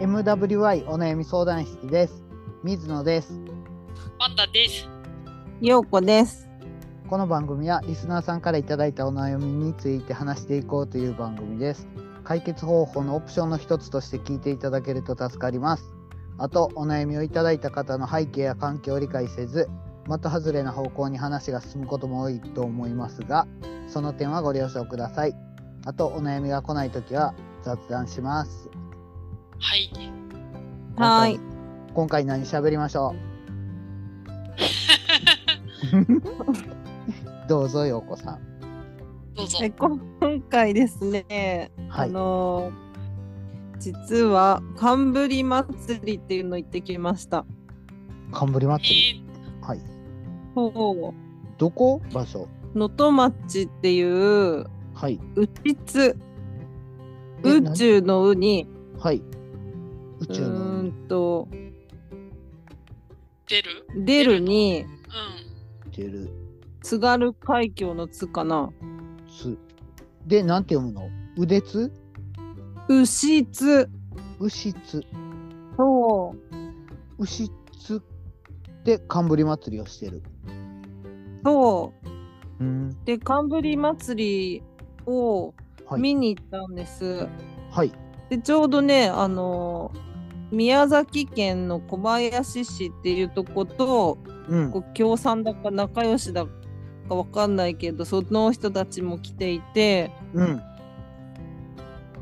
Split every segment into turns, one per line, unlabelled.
MWI お悩み相談室です。水野です。
パンダです。
ようこです。
この番組はリスナーさんからいただいたお悩みについて話していこうという番組です。解決方法のオプションの一つとして聞いていただけると助かります。あと、お悩みをいただいた方の背景や環境を理解せず、的外れな方向に話が進むことも多いと思いますが、その点はご了承ください。あと、お悩みが来ないときは雑談します。
はい。
はーい。
今回何喋りましょう どうぞようこさん。
どうぞ。
えこ今回ですね、
は
あ
い。
のー実は冠祭りっていうの行ってきました。
冠
え
祭り。
ー、
はい。
ほう
どこ場所
能登町っていう
はい。
宇宙
え
宇宙の宇に
はい。宇
う
宙の
ーんと
出る
出るに
うん。
出る
津軽海峡の津かな。
つ。で、なんて読むの腕つ
牛津。
牛つ。
そう。
牛つで冠祭りをしてる。
そ
う
う。
ん。
で冠祭りを
はい。
見に行ったんです。
はい。
でちょうどねあのー宮崎県の小林市っていうとこと
うん。
こう共産だか仲良しだかわかんないけどその人たちも来ていて
うん。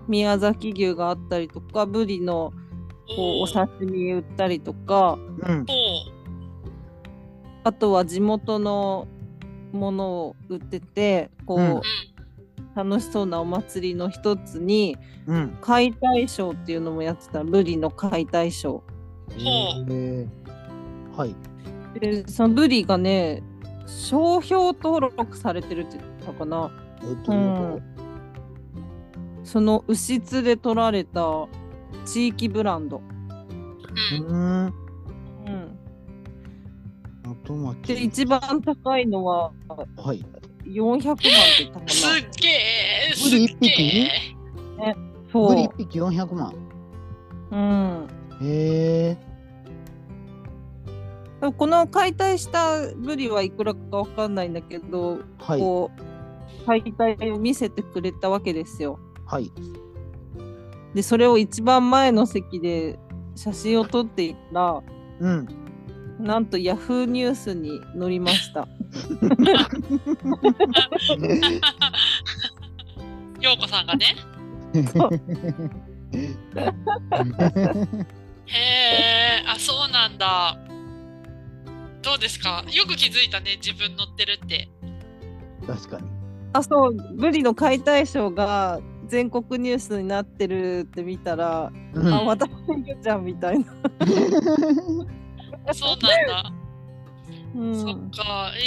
宮崎牛があったりとかブリのこうお
ー
刺身売ったりとか
うん。
お
あとは地元のものを売っててこう、
うん
楽しそうなお祭りの一つに
うん。
解体ショーっていうのもやってたブリの解体ショ
ほ
えーはい。
ーでそのブリがね商標登録されてるって言ったかな
えどういうこ
その牛津で取られた地域ブランド、
と
うん。
うん。
うん、
後巻き
で一番高いのは
はい。
400万って言ったかな
すっげえす
ブリ一
っげ
匹
え
ブリ
そ
一匹400万。
う、うん、
へえ。
でもこの解体したブリはいくらかわかんないんだけど、
はい。
こう解体を見せてくれたわけですよ
はい。
でそれを一番前の席で写真を撮っていたら
うん。
なんとヤフーニュースに載りました
ようこさんがね。へえ、あ、そうなんだ。どうですかよく気づいたね、自分乗ってるって。
確かに。
あそうブリの解体ショーが全国ニュースになってるって見たら、
うん
あ私もいるじゃんみたいな、
そうなんだ。
う
そっ
ん、
か。え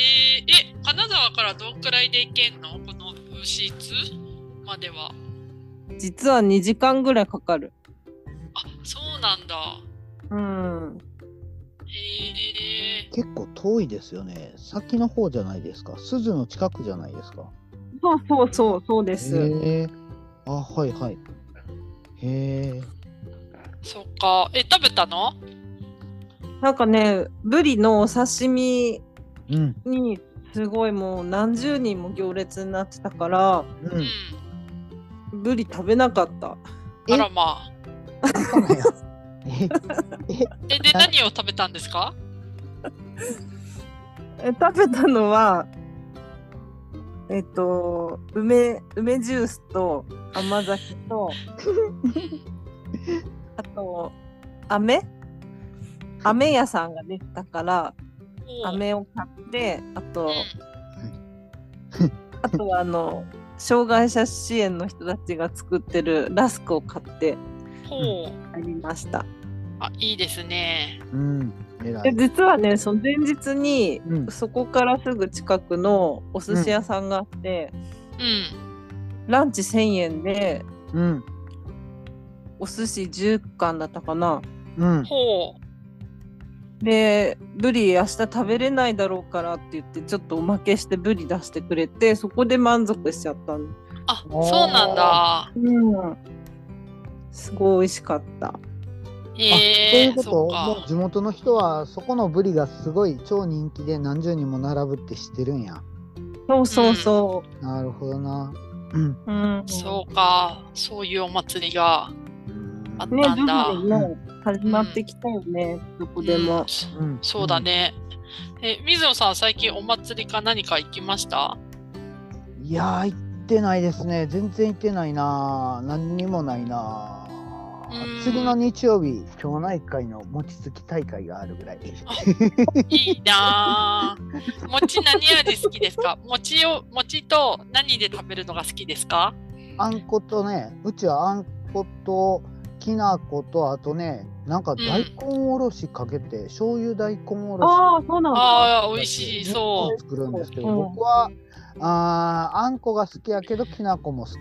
ー、え、金沢からどんくらいで行けんのこの牛津までは。
実は2時間ぐらいかかる
あ、そうなんだ。
うん
えー、
結構遠いですよね。先の方じゃないですか。鈴の近くじゃないですか。
そうそうそうそうで
へえ。あ、はいはい。へえ。
そっか。え、食べたの
なんかねブリのお刺身
うん。
にすごいもう何十人も行列になってたから
う
う ん
ん。。
ブリ食べなかった
え
あらまあ。
え、
え、で、
な
何を食べたんですか
え食べたのはえっと梅梅ジュースと甘酒とあと飴飴屋さんができたから
うん
飴を買ってあと
う
あとはあの障害者支援の人たちが作ってるラスクを買って
んほう。
ありました
あ、いいですね。
うん。えら
で
い。
実はねその前日に
うん。
そこからすぐ近くのお寿司屋さんがあって、
うん。
ランチ1000円で
うん。
お寿司10貫だったかな
うん。
ほう。
でブリ明日食べれないだろうからって言ってちょっとおまけしてブリ出してくれてそこで満足しちゃったの
あ、そうなんだ。
うんすごい美味しかった
あとい
え
う
ー、
こと
そう
も
か
う地元の人はそこのブリがすごい超人気で何十人も並ぶって知ってるんや
そうそうそ
なるほどなうん
う。うん。
そうかそういうお祭りが
うん
あっ
ね、
た
徐
んだ、
々にね、始まってきたよね、どこで
う
も
ん。そ
うん
そうだね、え水野さん最近お祭りか何か行き ました
いやー行ってないですね全然行ってないな何にもないな
うん
次の日曜日町内会の餅つき大会があるぐらい
いいなぁ。餅何味好きですか餅を、餅と何で食べるのが好きですか
あんことねうちはあんこときな粉とあとねなんか大根おろしかけて、醤油大根おろし。
ああ、そうなんだ。
ああ、美味しそう
作るんですけど、
うん
僕はあーあんこが好きやけどきなこも好き。
う。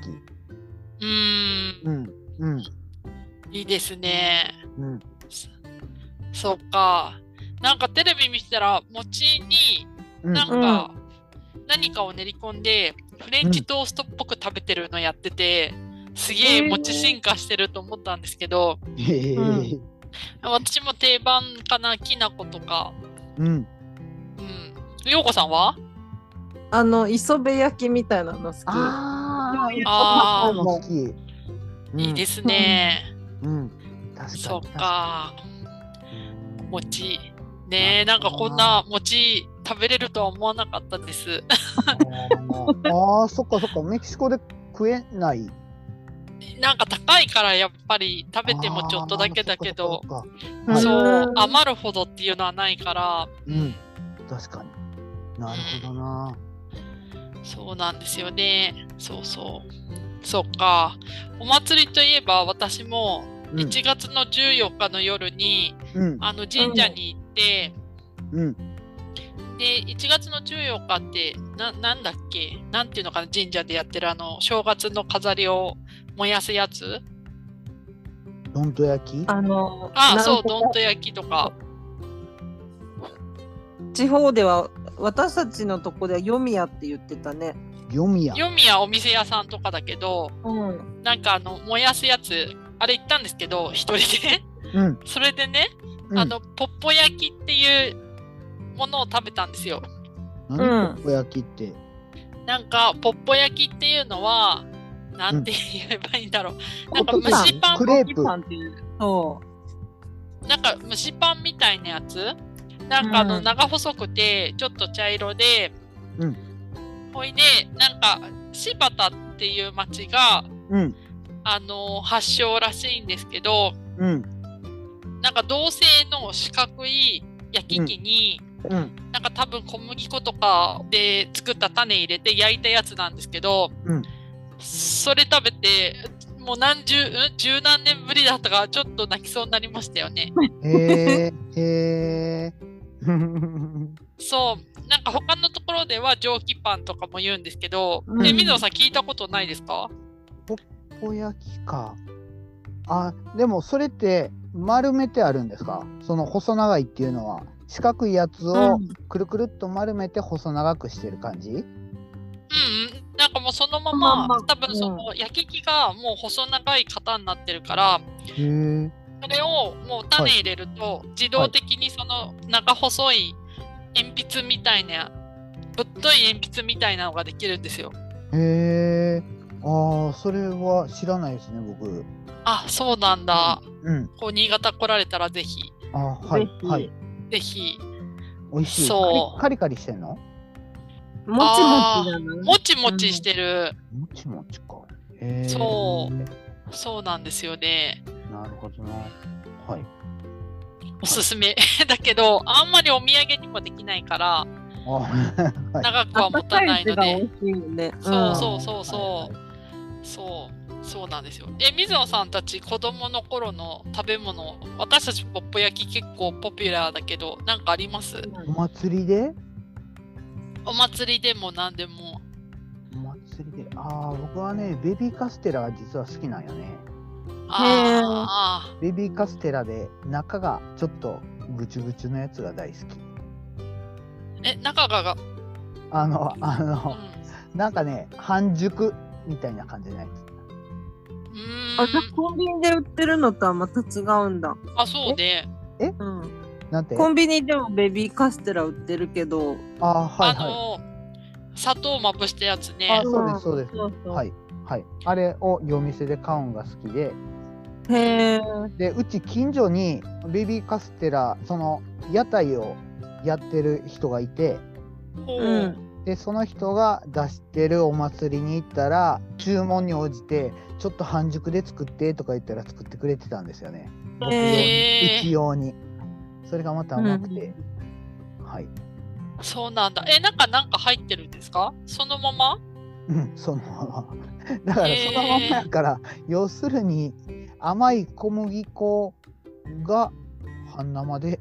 うーん、
うんうん
いいですね。
うん。
そっか。なんかテレビ見てたら、餅に
うん
なんか何かを練り込んで、フレンチトーストっぽく食べてるのやってて、すげえ餅進化してると思ったんですけど、
うん
私も定番かな、きな粉とか。
うん。
うん。ようこさんは
あの、磯辺焼きみたいなの好き。
あー
あー
あんこも好き。。
いいですすね。
うん。確か
そ
に。
っか。
うん。
餅。ねえ、なんかこんな餅食べれるとは思わなかったです。
あーあーそっかそっかメキシコで食えない。
なんか高いからやっぱり食べてもちょっとだけだけど
あ、ー。そっかそっか
あ
はい
そ
ー
う
う、ん
余るほどっていうのはないから、
うん。確かに。なるほどな。
そうなんですよね。そうそう。そっか。お祭りといえば私も
うん
1月の14日の夜に、
うん
あの神社に行って、
うん。
で、1月の14日って、な、なんだっけなんていうのかな神社でやってるあの、正月の飾りを燃やすやつ
どんと焼き。
あの、
ああ、そ
な
う、
んとか
どんと焼きとか。
地方では、私たちのとこでは、読み屋って言ってたね。
よみや。
読みやお店屋さんとかだけど、
うん。
なんかあの、燃やすやつ、あれ行ったんですけど、一人で。
うん。
それでね、
うん
あの、ポッポ焼きっていうものを食べたんですよ。
何ポッポ焼きって。
なんか、ポッポ焼きっていうのは、なんて言えばいいんだろう。なんか蒸しパン
クレープ。
パンっていう。そ
なんか蒸しパンみたいなやつなんかあの
うん
長細くてちょっと茶色で、
うん
ほいでなんか柴田っていう町が
うん。
あの発祥らしいんですけど
うん。
なんか銅製の四角い焼き器に、
うん。
なんか多分小麦粉とかで作った種入れて焼いたやつなんですけど、
うん
それ食べてもう何十うん十何年ぶりだったからちょっと泣きそうになりましたよね。
へえ。へえ。うん。
そう、なんか他のところでは蒸気パンとかも言うんですけど、
うん
え水野さん聞いたことないですか？
ポッポ焼きか。あ、でもそれって丸めてあるんですか。その細長いっていうのは。四角いやつ
う。
を
うん
くるくるっと丸めて細長くしてる感じ。
うんうん、なんかもうそのま
そのま
ま
んま
多分その焼き器がもう細長い型になってるか
へ
ら、
え。
それをもう種入れると自動的にその長細い鉛筆みたいなぶっとい鉛筆みたいなのができるんですよ。
へえ。ああ、それは知らないですね、僕。
あ、そうなんだ。
うん。
こう新潟来られたらぜひ
あ、はい
ぜ。ひ
はい。
ぜひ。
美味しい。
そう
カリカリカリしてんの。
もちもちだな。
もちもちしてる。
もちもちか。へえ。
そう
う。
そうなんですよね。
なるほどな。はい。
おすすめ だけどあんまりお土産にもできないから
あ、 はい。
長く
あ
は
った
持た
か
ないい
手
の
が美
で、
味しいよね。
そうんそうそうそうそうそうなんですよえ水野さんたち子供の頃の食べ物私たちポッポ焼き結構ポピュラーだけどなんかあります
お祭りで
お祭りでも何でも
お祭りでああ僕はねベビーカステラが実は好きなんよね
あ
ベビーカステラで中がちょっとぐちゅぐちゅのやつが大好き
ーえ中がが、
あのあ
うん
のなんかね半熟みたいな感じのやつ
う
あじゃ
ー
あコンビニで売ってるのとはまた違うんだ、
ん。あ、そうね。
うん、
なんて
コンビニでもベビーカステラ売ってるけど
あはい
あ
は
の、砂糖まぶしたやつ
いあ
ね。
そうですそうです
そうそう
はいはいあれを夜店で買うんが好きで
へえ
でうち近所にベビーカステラその屋台をやってる人がいて
ほう。
う
でその人が出してるお祭りに行ったら注文に応じてちょっと半熟で作ってとか言ったら作ってくれてたんですよね僕用に
へー
うち用にそれがまたうまくて、はい
そうなんだ。え、なんか、なんか入ってるんですかそのまま
うんそのままだから
へー
そのままやから、要するに甘い小麦粉が半生で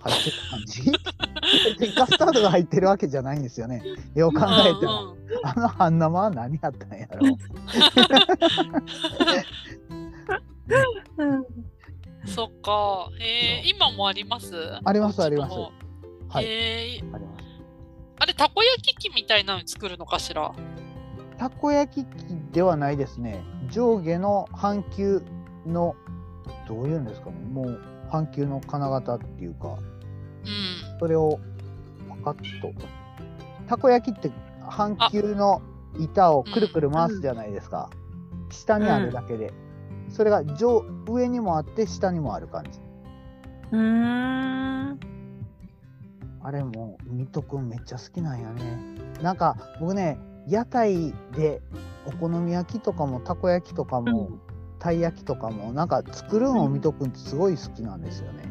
入ってる感じ別にカスタードが入ってるわけじゃないんですよねよう考えたら、
うんうん
あの半生は何やったんやろ
うん
そっか。えー、今もあります
あります
こっちの
あり
方
まはい
えー
あります
あれ、たこ焼き器みたいなの作るのかしら
たこ焼き器ではないですね上下の半球のどういうんですかねもう半球の金型っていうか
うん。
それをパカッとたこ焼きって半球の板をくるくる回すじゃないですか、下にあるだけで、それが上上にもあって下にもある感じ
うーん
あれも水戸くんめっちゃ好きなんやねなんか僕ね屋台でお好み焼きとかもたこ焼きとかも、たい焼きとかもなんか作るのを水戸くんってすごい好きなんですよね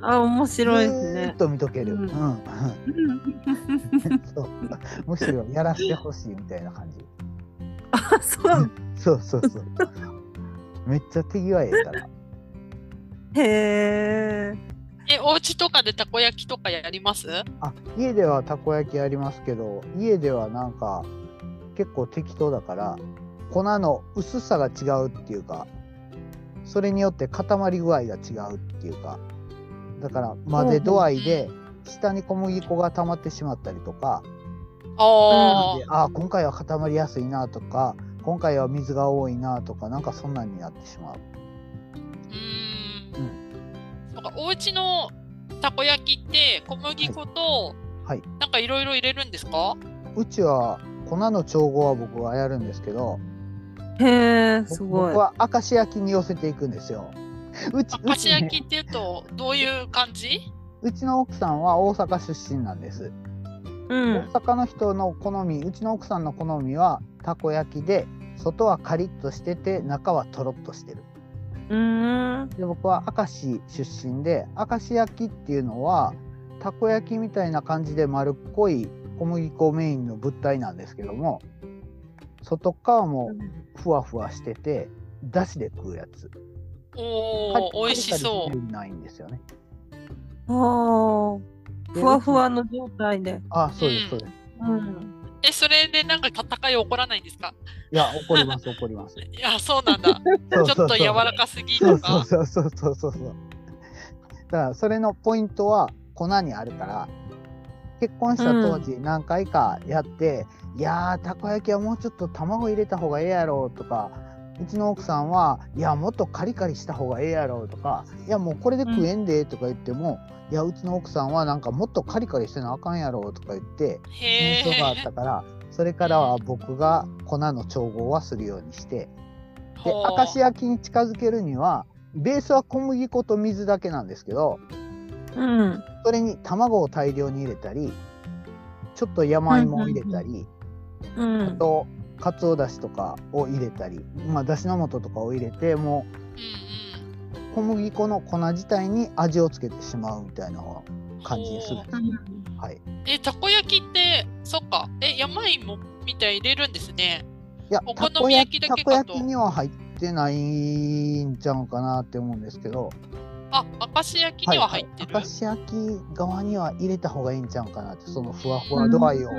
あ面白いです
ずー
ね
っ。と見とける、う
うんん
うん そうむしろやらせてほしいみたいな感じ
あ そう
そうそう そう。めっちゃ手際ええから。
へえ。
え、お家とかでたこ焼きとかやります
あ、家ではたこ焼きありますけど、家ではなんか結構適当だから、粉の薄さが違うっていうか、それによって固まり具合が違うっていうか、だから混ぜ度合いで下に小麦粉が溜まってしまったりとか、
あ
であー今回は固まりやすいなとか、今回は水が多いなとか、なんかそんなんになってしまう。
ーうーん。なんかお家のたこ焼きって小麦粉と、
はいはい
なんかいろいろ入れるんですか？
うちは粉の調合は僕はやるんですけど、
へえ、
僕
すごい
僕。は明石焼きに寄せていくんですよ。うち
明石
うち,、
焼きっていうとどういう感じ？
うちの奥さんは大阪出身なんです、
うん。
大阪の人の好み、うちの奥さんの好みはたこ焼きで、外はカリッとしてて中はとろっとしてる。
うーん。
で僕は明石出身で、明石焼きっていうのはたこ焼きみたいな感じで丸っこい小麦粉メインの物体なんですけども、外側もふわふわしてて、だしで食うやつ。
おお、美味しそう
カリカリっていうのないんですよね。
ああ。ふわふわの状態で。
あ、そうです、そう
う
んです。い
うん。。
え、それでなんか戦い起こらないんですか？
や、怒ります、怒り ます。
いや、そうなんだ。
そうそうそ
ちょっ
う
と柔らかすぎ
そ
と
うそ
か
う。そうそうそうそうそう。だから、それのポイントは粉にあるから。結婚した当時、何回かやって、いやー、たこ焼きはもうちょっと卵入れた方がええやろうとか。うちの奥さんは、いや、もっとカリカリした方がええやろうとか、いや、もうこれで食えんでとか言っても。いや、うちの奥さんは、なんかもっとカリカリしてなあかんやろうとか言って。
へ
印象があっ
え
た。から、それからは僕が粉の調合はするようにしてで
ほう
明石焼きに近づけるにはベースは小麦粉と水だけなんですけど
うん。
それに卵を大量に入れたりちょっと山芋を入れたり、
う
あ
ん。
とかつおだしとかを入れたり、まあ、だしの素とかを入れても
うん
う小麦粉の粉自体に味をつけてしまうみたいな感じにするんです。はい、
うん。え、たこ焼きって、そっか。え、山芋みたい入れるんですね。
いや
お好み焼きだけ
たこ
かと
焼きには入ってないんちゃうかなって思うんですけど。
あ、明石焼きには入ってる。
明石焼き側には入れた方がいいんちゃうかなってそのふわふわ度合いを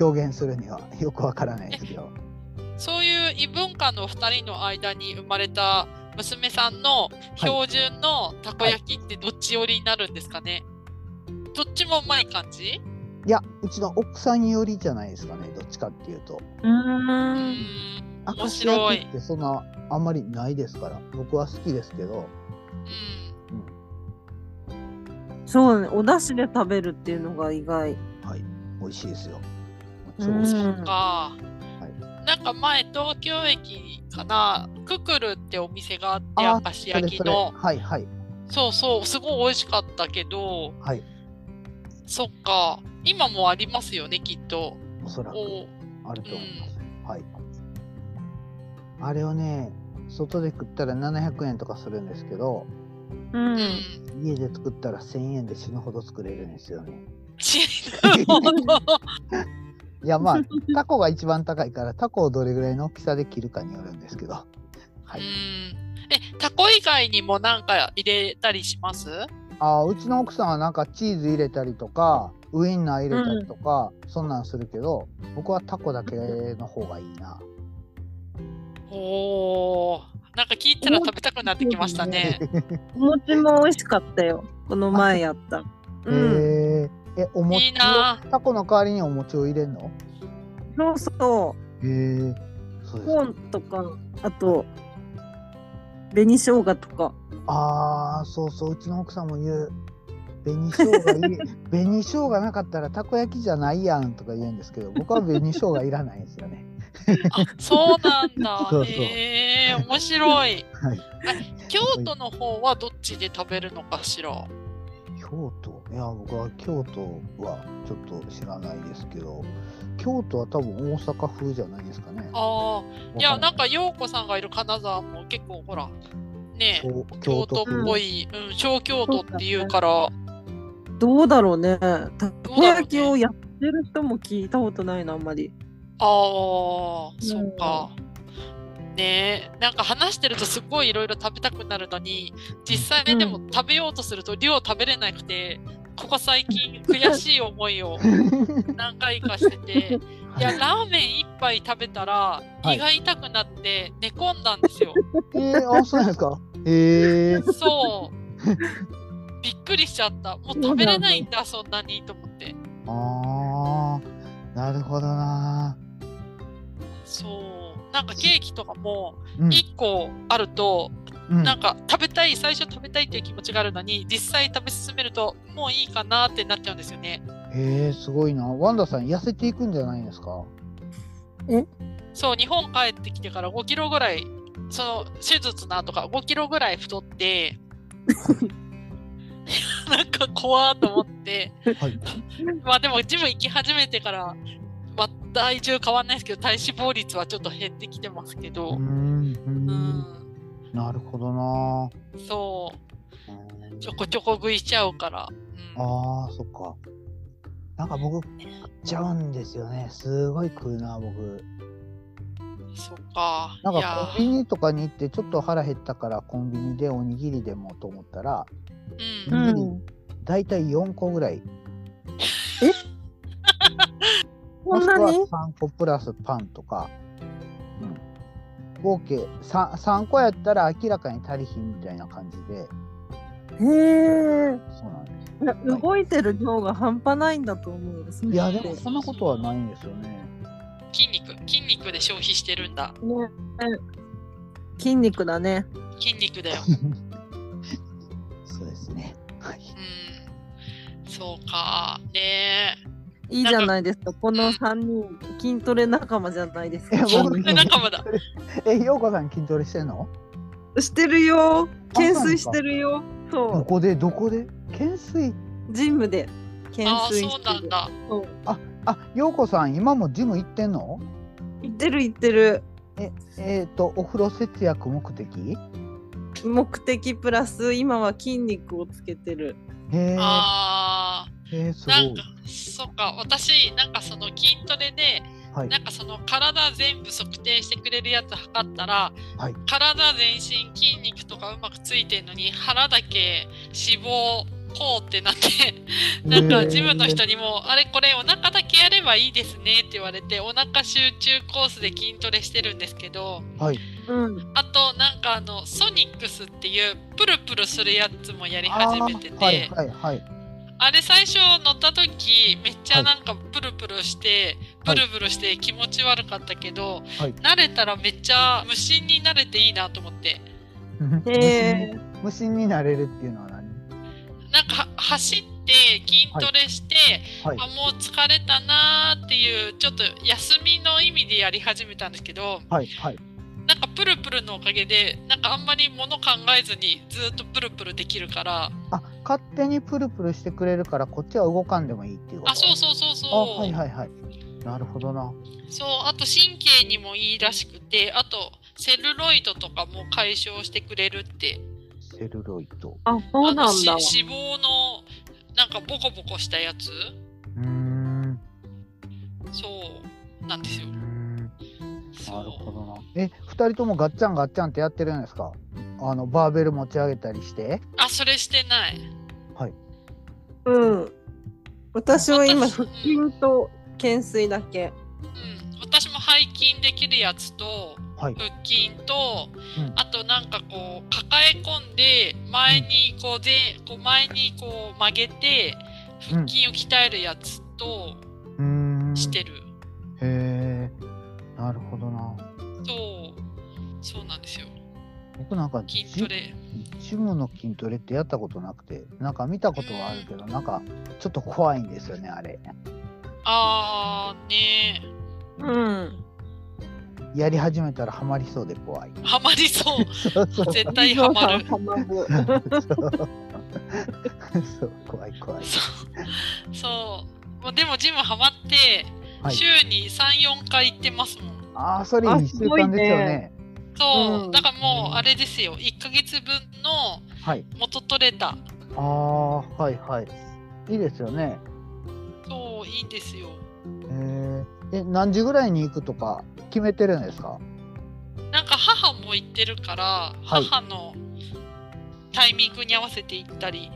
表現するにはよくわからないですけど、
そういう異文化の2人の間に生まれた娘さんの標準のたこ焼きってどっち寄りになるんですかね、どっちもうまい感じ
いやうちの奥さん寄りじゃないですかねどっちかっていうと
う
うー
ん。
ん面白い
明石焼きってそんなあんまりないですから僕は好きですけど
うん
そうねお出汁で食べるっていうのが意外
はい美味しいですよ
う
超美
ん
味しい
そうか、なんか前東京駅かなククルってお店があって
あ
明石
それ
焼き
それ
の
はいはい
そうそうすごい美味しかったけど
はい
そっか今もありますよねきっと
おそらく
お
あると思います、はいあれをね外で食ったら700円とかするんですけど
う
う
んん
家で作ったら1000円で死ぬほど作れるんですよね
死ぬほど
いやまあタコが一番高いからタコをどれぐらいの大きさで切るかによるんですけどは
う
い
んえタコ以外にもなんか入れたりします
あーうちの奥さんはなんかチーズ入れたりとかウインナー入れたりとか、そんなんするけど僕はタコだけの方がいいな
おーなんか聞いたら食べたくなってきましたね。
お餅も美味しかったよこの前やった
へ、
うん
えー、えお餅を
いいな
タコの代わりにお餅を入れるの
そうそ
へえー、そう
う
です
コー
か
ンとかあと紅生姜とか
ああそうそううちの奥さんも言う紅生姜い い紅生姜なかったらたこ焼きじゃないやんとか言うんですけど僕は紅生姜いらないんですよね
あ そうなんだ
そうそう
へえ面白い
はい
京都の方はどっちで食べるのかしら
京都いや僕は京都はちょっと知らないですけど京都は多分大阪風じゃないですかね
ああいや
わ
なんん
な
か陽子さんがいる金沢も結構ほらねえ
京
京
京
都
都
っ
風
ぽい、うん、小京都っていうから
どうだろうねたこ焼きをやってる人も聞いたことないなあんまり
ああーそっかねえなんか話してるとすごいいろいろ食べたくなるのに実際でも食べようとすると量食べれなくてここ最近悔しい思 いを何回かしてていやラーメン一杯食べたら
はい
胃が痛くなって寝込んだんですよ。
えー、あそうなんですかへ えー、
そう。 びっくりしちゃった。もう食べれないんだ、そんなにと思って。
あーなるほどな
そう。なんかケーキとかも、
うん
1個あると、
うん
なんか食べたい、最初食べたいっていう気持ちがあるのに、実際食べ進めると、もういいかなってなっちゃうんですよね。
へえー、すごいなワンダさん痩せていくんじゃないですか
そう、日本帰ってきてから5キロぐらい、その手術の後か5キロぐらい太って、 なんか怖ーと思って、
はい
まあでもジム行き始めてから、まあ、体重変わんないですけど体脂肪率はちょっと減ってきてますけ
うー
ど、
んうー
うんん、
なるほどな
そう
うん
ちょこちょこ食いしちゃうから、うん、
あーそっかなんか僕買っちゃうんですよねすごい食うな僕
そっか
なん
いや
かコンビニとかに行ってちょっと腹減ったからコンビニでおにぎりでもと思ったらう
ーうんん、
だいたい4個ぐらい
こんなに
もしくは3個プラスパンとか、うん、合計 3, 3個やったら明らかに足りひんみたいな感じで
へえ
そうなんです
いや動いてる量が半端ないんだと思う。
いやで
う
も
ん
そんなことはないんですよね
筋肉筋肉で消費してるんだ
ね筋肉だね。
筋肉だよ、
そうですねはい
うん、そうか ね
いいじゃないですか。この三人筋トレ仲間じゃないです
いや
か。
え筋
僕
トレ仲間だ
えようこさん筋トレしてんの
してるよ。懸垂してるよ。
ど
そ
こでどこで懸垂
う。ジムで懸
ああ
垂
そう
して
な
る
ん。だ
そう
あようこさん今もジム行ってんの
行ってる行ってる。
えっ、とお風呂節約目的
目的プラス今は筋肉をつけてる。
へ
あ
えへえす
ー
ご
なん
い
かそっか私なんかその筋トレで
はい
なんかその体全部測定してくれるやつ測ったら、
はい
体全身筋肉とかうまくついてんのに腹だけ脂肪こうってなってなんかジムの人にも「あれこれお腹だけやればいいですね」って言われてお腹集中コースで筋トレしてるんですけど
はい
うん。
あとなんかあのソニックスっていうプルプルするやつもやり始めてて、
あーはいはいはい
あれ最初乗った時めっちゃなんかプルプルして、
はい
プルプルして気持ち悪かったけど、
はい
慣れたらめっちゃ無心になれていいなと思って
無
え
心無心になれるっていうのは何
なんかは走って筋トレして、
はい
あもう疲れたなーっていうちょっと休みの意味でやり始めたんですけど
はいはい
なんかプルプルのおかげでなんかあんまり物考えずにずっとプルプルできるから
あ勝手にプルプルしてくれるからこっちは動かんでもいいっていうこと
あそうそうそうそう
あはいはいはいなるほどな
そうあと神経にもいいらしくてあとセルロイドとかも解消してくれるって
セルロイド
あ、そうな
あの
ん
し
だ。
脂肪のなんかボコボコしたやつ
うーん
そうなんですよ
うーんな
そう
るほどなえ二人ともガッチャンガッチャンってやってるんですかあのバーベル持ち上げたりして
あそれしてない
うん。私は今、
私
腹筋と懸垂だけ。
うん、私も背筋できるやつと
はい
腹筋と、
うん
あとなんかこう抱え込んで前にこうでこう前にこう曲げて腹筋を鍛えるやつと
うーん
して
へ
る、
えなるほどな
そうそうなんですよ
僕なんか
筋
ジ
トレ
ジムの筋トレってやったことなくてなんか見たことはあるけどなんかちょっと怖いんですよねあれ
あーね
うん。
やり始めたらハマりそうで 怖い
ーハマ りそう
そうそう
絶対ハマる
ハ マる。
そう怖い怖い
そうそうまあでもジムハマって
はい
週に34回行ってますもん
ああそれ
あ
1週間ですよね
そう、
うん
だからもうあれですよ1ヶ月分の
はい
元取れた
ああはいはいいいですよね
そういいんですよ
ええ何時ぐらいに行くとか決めてるんですか
なんか母も行ってるから、
はい
母のタイミングに合わせて行ったり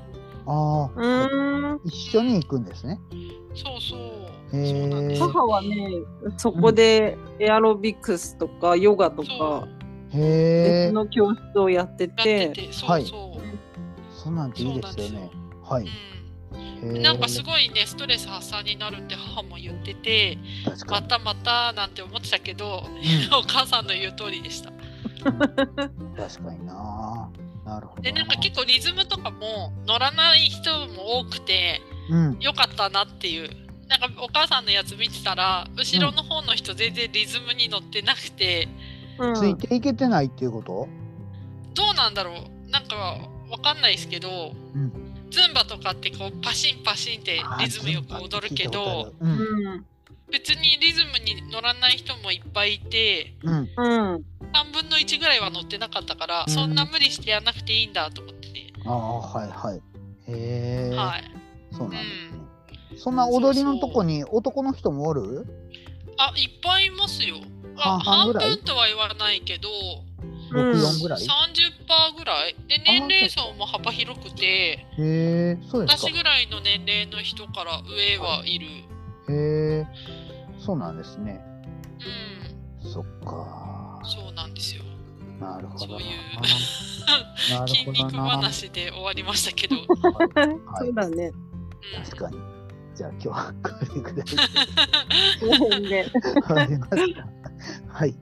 ああ
うーん。
一緒に行くんですね
そうそう、
へー
そうなんですよ
母はね、そこでエアロビクスとかヨガと
そ
か、
へ
別
え
の教室をやって
やって
て、
てそ
は
う
い
そう、
そうなんていいですよねはい
うん
へー
なんかすごいねストレス発散になるって母も言ってて
確か
ま
に
たまたなんて思ってたけど お母さんの言う通りでした
確かにななるほど
でなんか結構リズムとかも乗らない人も多くて
うん
良かったなっていうなんかお母さんのやつ見てたら後ろの方の人全然リズムに乗ってなくて、
うん
ついていけてないっていうこと
どうなんだろうなんかわかんないですけど、
うん
ズンバとかってこうパシンパシンってリズムよく踊るけど、
うん
うん。
別にリズムに乗らない人もいっぱいいて
うん、
うん。
3分の1ぐらいは乗ってなかったから、
うん
そんな無理してやらなくていいんだと思ってて、
ああはいはいへえ、
はい
そうなんですね、そんな踊りのとこに男の人もおる
あいっぱいいますよ
半
あ
々ぐ
半
らい
分とは言わないけど
うん
64ぐらい、
30%ぐらいで年齢層も幅広くて
へえそうです
私
か
ぐらいの年齢の人から上はいる、
へえそうなんですねそっか
うんそうなんですよ
なるほど
そういう
ななる
筋
ほど
肉
な
話で終わりましたけど、うん、
は
そう
い
だ ね。
確かにじゃあ今日はこれぐらいで
そうね。
わかりました。はい。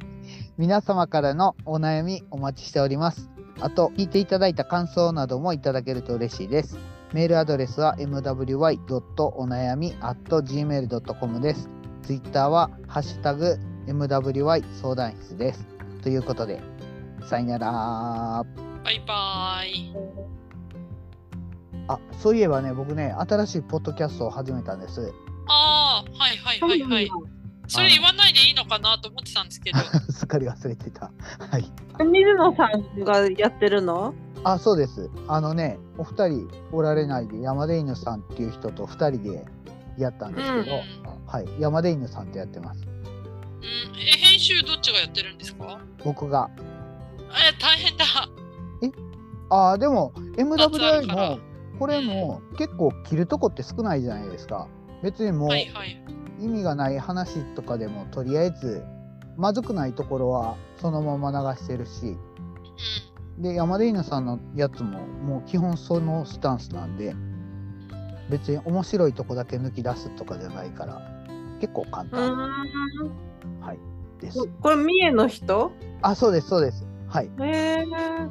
皆様からのお悩みお待ちしております。あと、聞いていただいた感想などもいただけると嬉しいです。メールアドレスは mwy.onayami.gmail.com です。ツイッターは、ハッシュタグ mwy 相談室です。ということで、さよなら。
バイバイ。
あ、そういえばね、僕ね、新しいポッドキャストを始めたんです。
ああ、はいはいはいはい。それ言わないでいいのかなと思ってたんですけど。
すっかり忘れてた。はい。
水野さんがやってるの
あ、そうです。あのね、お二人おられないで、山で犬さんっていう人と二人でやったんですけど、
う
はい、山で犬さんとやってます。
うん、え、編集どっちがやってるんですか
僕が。
え、大変だ。
あーでも、
ある
MWI
から
も、これも結構切るとこって少ないじゃないですか。別にもう
はいはい。
意味がない話とかでも、とりあえず、まずくないところはそのまま流してるし、で、山で犬さんのやつも、もう基本そのスタンスなんで、別に面白いとこだけ抜き出すとかじゃないから結構簡
う
単
ん
です、
これ三重の人
あそうですそうですはい
へえ
あ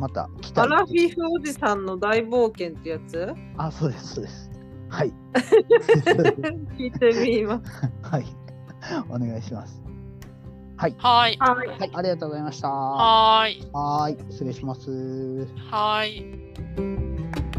また来た
アラフィフおじさんの大冒険ってや つ
あそうですそうですはい
聞いてみます
はいお願いします
はい。
はい
はいありがとうございましたは
はーい。
い失礼します
はーい。